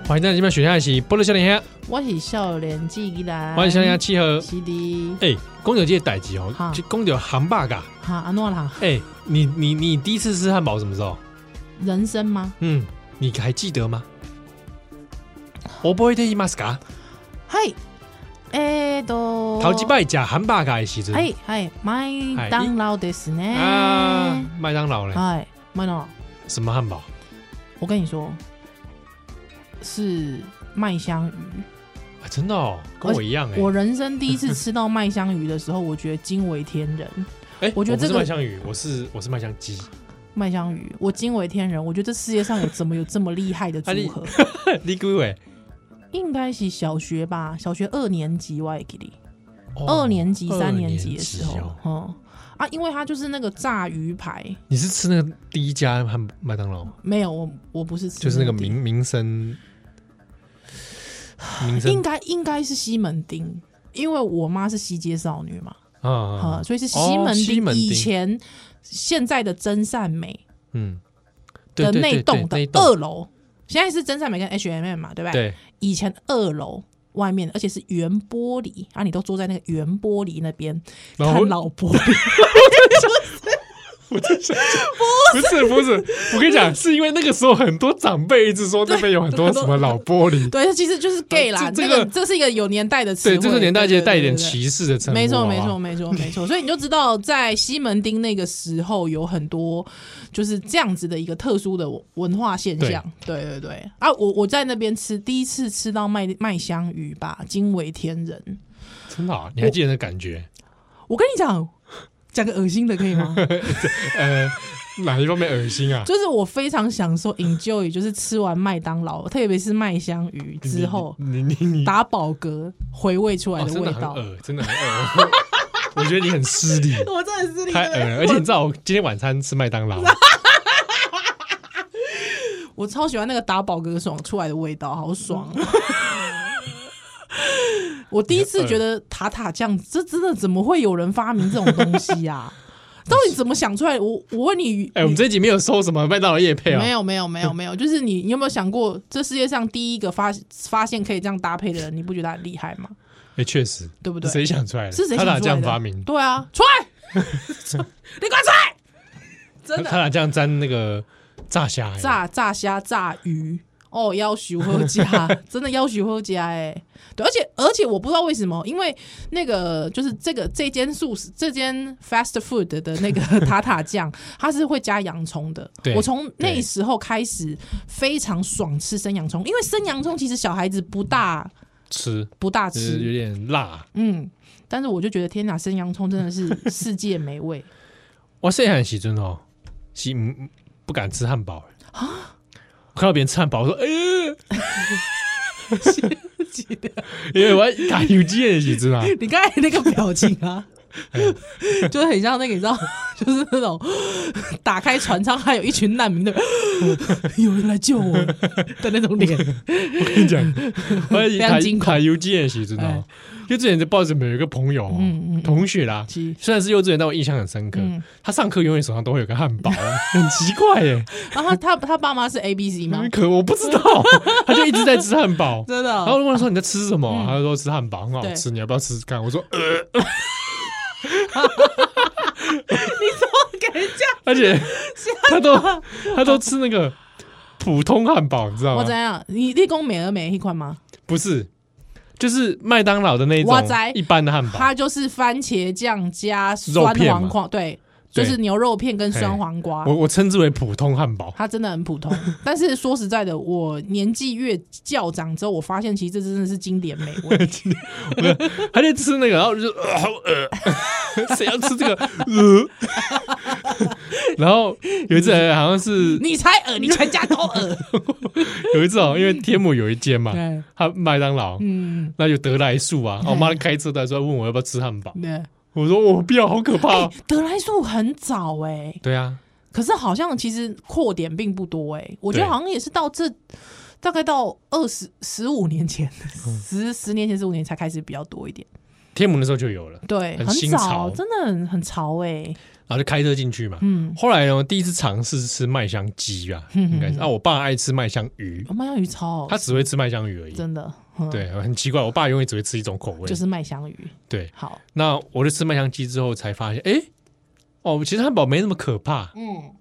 欢迎在这边选下一期菠萝笑脸虾，
我是笑脸记忆来，
欢迎笑脸虾七和。
是的，
哎，公牛界代志哦
哈，
就公牛行霸嘎。
哈阿诺啦，
哎，你你你第一次吃汉堡什么时候？
人生吗？
嗯，你还记得吗？我不会对伊马斯卡，
嗨，哎都
头几摆食汉堡嘎的时阵，
哎哎，麦当劳です
啊
ね。，
麦当劳嘞，
哎，麦当劳，
什么汉堡？
我跟你说，是麦香鱼。
啊真的哦，跟我一样哎。
我人生第一次吃到麦香鱼的时候，我觉得惊为天
[laughs]
人。
哎，
我觉得
不是
这个
麦香鱼，我是我是麦香鸡， [laughs]
麦香鱼，我惊为天人。我觉得这世界上有怎么有这么厉害的组合？
哎你以为？
应该是小学吧，小学二年级我也记得，二年级、三年级的时
哦二
候
年级哦，
嗯啊，因为它就是那个炸鱼排，
你是吃那个第一家汉麦当劳，
没有我我不是吃
就是那个
地
民民生，民
应
生
该应该是西门町，因为我妈是西街少女嘛，
啊啊，
啊、
啊
所以是西
哦
门
西
町、
门町
以前现在的真善美
嗯，对
的
对
那
对对
栋的
那一
二楼，现在是真善美跟 H M、M 嘛，对不对？
对，
以前二楼外面，而且是圆玻璃啊，你都坐在那个圆玻璃那边
然后
看老玻
[laughs]
璃，
我在想，不是不是，我跟你讲，是因为那个时候很多长辈一直说那边有很多什么老玻璃，
对，其实就是 gay 啦，
啊这
这
这个
个这是一个有年代的词汇，
对，这个年代其实带一点
对对对对
歧视的成分，
没错，
好不
没
好
错，，没错，没错。所以你就知道，在西门町那个时候，有很多就是这样子的一个特殊的文文化现象。对对对，啊，我我在那边吃，第一次吃到麦麦香鱼吧，惊为天人。
真的啊，你还记得那感觉？
我跟你讲，讲个恶心的可以
[laughs]
吗？
呃，哪一方面恶心啊？
就是我非常享受 enjoy，就是吃完麦当劳，特别是麦香鱼之后，
你你你，
打饱嗝回味出来
哦真
味
的很
道。
恶，真的很恶，我觉得你很失礼，
我真的是厉
太
害，
恶了。而且你知道，我今天晚餐吃麦当劳，
我超喜欢那个打饱嗝爽出来的味道，
[laughs]
好爽、啊！我第一次觉得塔塔酱，这真的怎么会有人发明这种东西呀、
[laughs]
啊？到底怎么想出来？我我问你，
哎，我们这一集没有收什么麦当劳夜配啊
没，有没有没有没有，就是你你有没有想过，这世界上第一个发发现可以这样搭配的人，你不觉得他很厉害吗？
哎，确实，
对不对
谁想出来的？
是谁
他
想出
俩
来
这
的
样发明，
对啊，出来， [laughs] 你快出来！ [laughs] 真
他
的
俩这样沾那个炸虾，哎
炸炸虾、炸鱼，哦，要求喝家， [laughs] 真的要求喝家哎、对，而且而且我不知道为什么，因为那个就是这个这间素食这间 fast food 的那个塔塔酱，它是会加洋葱的
对。
我从那
对
时候开始非常爽吃生洋葱，因为生洋葱其实小孩子不大
吃，
不大
就是有
吃，
点辣。
嗯，但是我就觉得天哪，生洋葱真的是世界美味。
我细汉时阵哦，是唔不敢吃汉堡啊。我看到别人吃汉堡，我说：“哎、
[laughs]
呀，因为我打游击的时阵啊，
[laughs] 你刚才那个表情啊，
哎
就是很像那个你知道，就是那种打开船舱还有一群难民的， [laughs] 有人来救我的那种脸。
我跟你讲，我
非常
打
惊恐
打游击也习知道
哎，
就哦之前在报纸里面有一个朋友哦
嗯嗯嗯
同学啦，
其
虽然是幼稚园，但我印象很深刻
嗯。
他上课永远手上都会有个汉堡，啊
[laughs]
很奇怪耶，
然后他他爸妈是 A B C 吗？
可我不知道，他就一直在吃汉堡。
[laughs] 真的
然
哦，
后问他说你在吃什么啊？
嗯
他就说吃汉堡很好
对
吃，你要不要吃吃看？我说
[laughs]
呃，
你怎么给人家？
而且他都他都吃那个普通汉堡，你知道
我
吗
怎？样？你立功美而美一款吗？
不是，就是麦当劳的那种
我知
一般的汉堡，
它就是番茄酱加酸
肉片嘛
黄瓜，对，
对
就是牛肉片跟酸
嘿
黄瓜。
我我称之为普通汉堡。 [laughs]
它真的很普通，但是说实在的，我年纪越较长之后，我发现其实这真的是经典美
[laughs]
味。
他就吃那个，然后就呃好恶， [laughs] 谁要吃这个？呃， [laughs] 然后有一次呃好像是
你才恶，你全家都
[laughs]
恶。
有一次哦，因为天母有一间嘛，
对，
他麦当劳，
嗯，
那就得来速啊，我妈开车的时候问我要不要吃汉堡，
对。
我说我不要，好可怕
哎
哦。，
德莱素很早哎、
对啊，
可是好像其实扩点并不多哎、我觉得
对
好像也是到这大概到二十十五年前，
嗯
十十年前十五年才开始比较多一点。
天母那时候就有了，
对，
很
很
新潮
早，真的很很潮哎、
然后就开车进去嘛。
嗯，
后来呢，第一次尝试吃麦香鸡啊，
嗯
应该是啊，我爸爱吃麦香鱼，
麦香鱼超好
他
吃，
只会吃麦香鱼而已。
真的，嗯，
对，很奇怪，我爸永远只会吃一种口味，
就是麦香鱼。
对。
好，
那我就吃麦香鸡之后才发现，哎、哦，其实汉堡没那么可怕
嗯，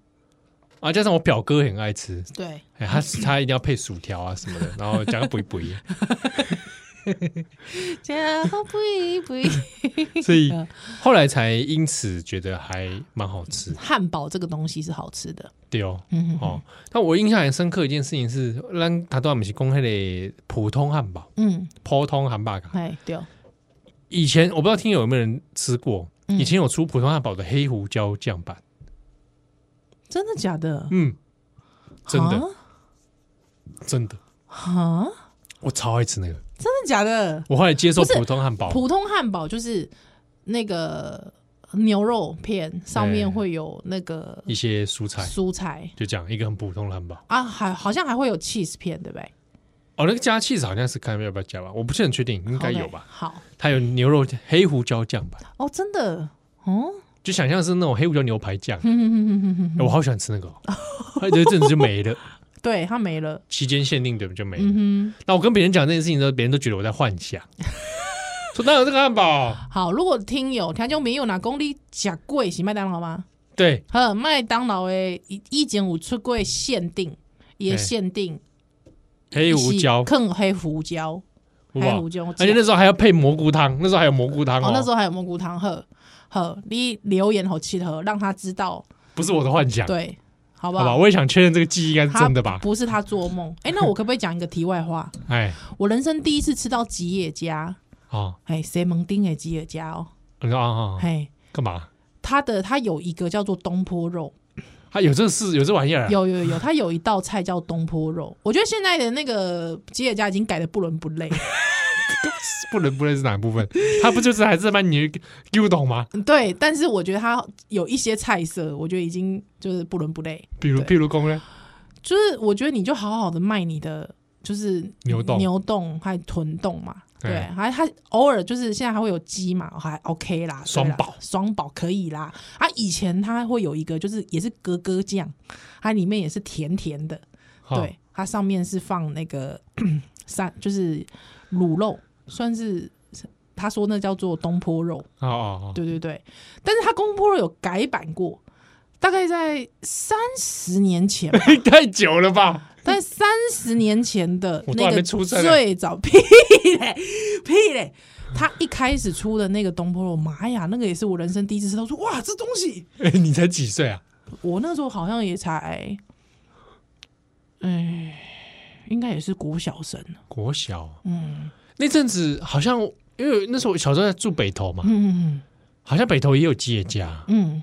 啊。加上我表哥也很爱吃，
对，
哎、他他一定要配薯条啊什么的，然后加上补一补，
加不一
[laughs]
不一。 [laughs]
所以
嗯
后来才因此觉得还蛮好吃。
汉堡这个东西是好吃的，
对哦，
嗯
哦，那我印象很深刻一件事情是，咱他都不是公开的普通汉堡，
嗯，
普通汉堡。
哎，对哦，
以前我不知道听友有没有人吃过，
嗯
以前有出普通汉堡的黑胡椒酱版，
真的假的？
嗯，真的
啊
真的，
哈，
我超爱吃那个。
真的假的？
我后来接受
不是
普通汉堡，
普通汉堡就是那个牛肉片上面
哎
会有那个
一些蔬菜，
蔬菜
就这样一个很普通的汉堡。
啊，还好像还会有 cheese 片，对不对？
哦，那个加 cheese 好像是看要不要加吧，我不是很确定，应该有
OK，
吧。
好，
它有牛肉黑胡椒酱吧，
哦，真的， [laughs] 哦，
就想象是那种黑胡椒牛排
[laughs]
酱。
嗯哼哼哼哼哼
哎我好喜欢吃那个、哦，有一阵子就没了，
对，它没了，
期间限定的就没了。
嗯
那我跟别人讲这件事情的时候，别人都觉得我在幻想，说哪有这个汉堡？
哼，好，如果听友听众朋友哪公里假贵是麦当劳吗？
对，
呵，麦当劳诶，以以前有出过限定，也
嘿
限定
黑胡椒，
更黑胡椒，
好不
黑
好
胡椒酱，
而且那时候还要配蘑菇汤，那时候还有蘑菇汤哦，
哦，那时候还有蘑菇汤喝，喝你留言好七喝，让他知道，
不是我的幻想，
对，好不
好吧？
好？
我也想确认这个记忆应该是
他
真的吧？
不是他做梦。哎、那我可不可以讲一个题外话？ [laughs]
哎，
我人生第一次吃到吉野家，
哦，
哎，谁蒙丁的吉野家哦，
你说啊啊，啊
哎，
干嘛？
他的他有一个叫做东坡肉，
啊，有这事，有这玩意儿啊，
有有有，他有一道菜叫东坡肉。我觉得现在的那个吉野家已经改的不伦不类，
不能不认识哪部分？他不就是还是把你丢懂吗？
嗯 [laughs] 对，但是我觉得他有一些菜色，我觉得已经就是不伦不类。
比如，
对
譬如公呢？
就是我觉得你就好好的卖你的就是
牛冻
牛冻还有豚冻嘛，
对
对，还还偶尔就是现在还会有鸡嘛，还 OK 啦，对啦
双宝
双宝可以啦。啊，以前它会有一个就是也是格格酱，它里面也是甜甜的，
哈
对，，它上面是放那个 [clears throat] 三就是卤肉，算是他说那叫做东坡肉，
哦哦哦，
对对对，但是它东坡肉有改版过，大概在三十年前吧
[laughs] 太久了吧？
但三十年前的
我都
那
还没
个
出生欸
最早屁嘞屁嘞，他一开始出的那个东坡肉，妈呀，那个也是我人生第一次吃到，说哇，这东西，
哎，你才几岁啊？
我那时候好像也才，哎，应该也是国小生，
国小
嗯
那阵子好像，因为那时候我小时候在住北投嘛，
嗯
好像北投也有吉野家。
嗯，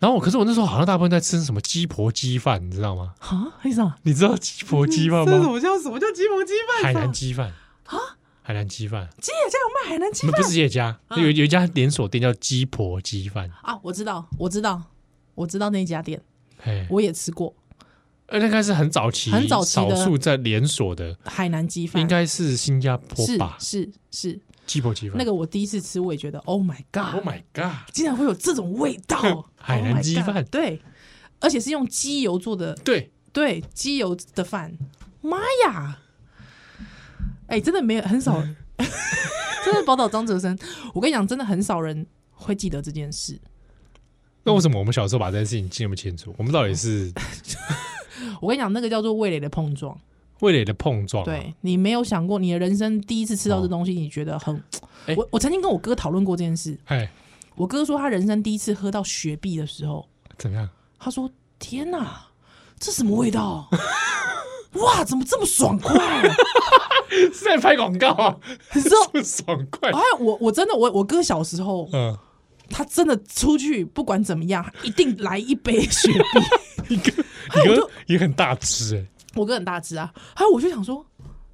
然后我，可是我那时候好像大部分在吃什么鸡婆鸡饭，你知道吗？
哈，黑啥？
你知道鸡婆鸡饭
嗯这什
吗？
么叫什么叫鸡毛鸡
海
饭？
南鸡饭啊，海南鸡饭，
鸡也家有卖海南鸡
不
饭
是这家，
啊
有有一家连锁店叫鸡婆鸡饭，
啊？我知道，我知道，我知道那家店，
哎，
我也吃过
呃，那该是很早期，
很早期
少
的
数在连锁的，
海南鸡饭，
应该是新加坡
是
吧？
是是，
鸡婆鸡饭
那个我第一次吃，我也觉得 Oh my
，Oh
God，
my god！，
竟然会有这种味道
[laughs] 海南鸡饭
Oh my God，对，而且是用鸡油做的，
对，
对，鸡油的饭，妈呀！哎、真的没有很
嗯
少， [laughs] 真的宝岛张哲生，我跟你讲，真的很少人会记得这件事。
那为什么我们小时候把这件事情记那么清楚？我们到底
嗯
是
我跟你讲，那个叫做味蕾的碰撞。
味蕾的碰撞、啊？
对你没有想过，你的人生第一次吃到这东西，你觉得很……
哎
我我曾经跟我哥讨论过这件事，
哎，
我哥说他人生第一次喝到雪碧的时候，
怎么样？
他说：“天哪，这什么味道？ [laughs] 哇，怎么这么爽快？”
是在拍广告啊？？
你知道
爽快
哎，我我真的我我哥小时候，
嗯，
他真的出去不管怎么样，他一定来一杯雪碧。哎
你哥也很大只哎、
我哥很大只啊，还有我就想说，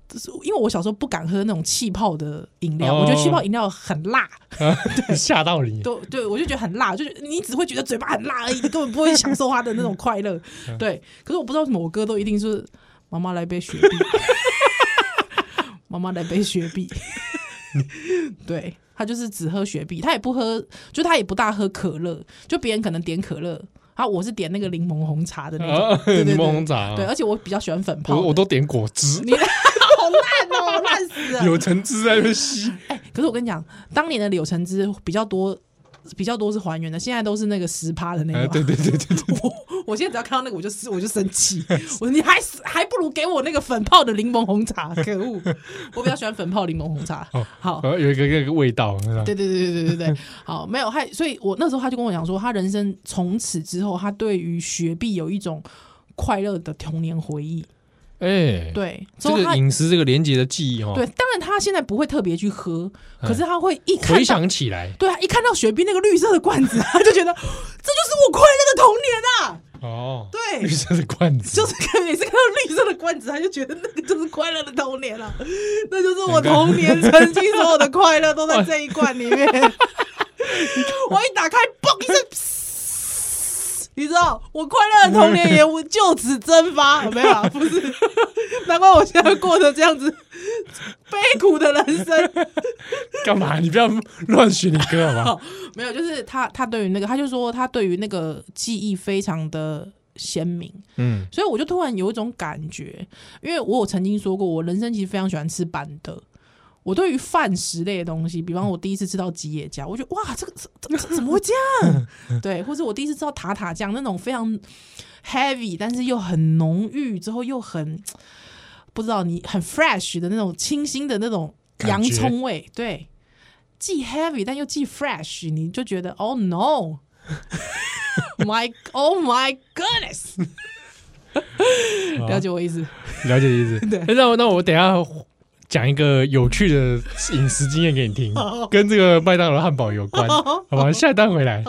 这是因为我小时候不敢喝那种气泡的饮料，
哦
我觉得气泡饮料很辣，
啊 [laughs] 吓到你。
对对，我就觉得很辣，就是你只会觉得嘴巴很辣而已，你根本不会享受它的那种快乐。
嗯
对，可是我不知道为什么，我哥都一定是妈妈来杯雪
[laughs]
碧，妈妈来杯雪碧，对。他就是只喝雪碧，他也不喝，就他也不大喝可乐，就别人可能点可乐，啊，我是点那个柠檬红茶的那种，
啊，
对对
柠
对
檬红茶、啊，
对，而且我比较喜欢粉泡的，
我我都点果汁，
你好烂哦，烂死了！
有橙汁在那边吸。
哎、可是我跟你讲，当年的柳橙汁比较多，比较多是还原的，现在都是那个十趴的那
哎，
个。
对对对对对，
[laughs] 我我现在只要看到那个，我就生我就生气， [laughs] 我说你还是还不如给我那个粉泡的柠檬红茶，可
[laughs]
恶！我比较喜欢粉泡柠檬红茶。好，
呃，有一个那个味道，是吧
哦对对对对对对对，好，没有还，所以我那时候他就跟我讲说，他人生从此之后，他对于雪碧有一种快乐的童年回忆。
哎，
对，之
这
后他
个饮食这个连接的记忆哦，
对，当然他现在不会特别去喝，
哎
可是他会一看
回
到，
想起来
对啊，一看到雪碧那个绿色的罐子， [laughs] 他就觉得这就是我快乐的童年啊！
[laughs] 哦，绿
对，
色的罐子，
就是看每次看到绿色的罐子，他就觉得那个就是快乐的童年了、那就是我童年曾经所有的快乐都在这一罐里面。我一打开，嘣一声。嘶 [laughs] 你知道我快乐的童年也无就此蒸发，没有啊，不是，难怪我现在过着这样子悲苦的人生。
干嘛？你不要乱学你哥好吗？
没有，就是他他对于那个，他就说他对于那个记忆非常的鲜明，
嗯，
所以我就突然有一种感觉，因为我有曾经说过，我人生其实非常喜欢吃板的。我对于饭食类的东西，比方我第一次吃到吉野家，我觉得哇，这个这这这怎么会这
[laughs]
样？对，或者我第一次吃到塔塔酱那种非常 heavy，但是又很浓郁，之后又很不知道你很 fresh 的那种清新的那种
感
洋
觉
葱味，对，既 heavy 但又既 fresh，你就觉得
[laughs]
oh no，my oh my goodness。了解我意思。
了解意思。
对
哎那我那我等一下讲一个有趣的饮食经验给你听，跟这个麦当劳汉堡有关，好吧？下一单回来。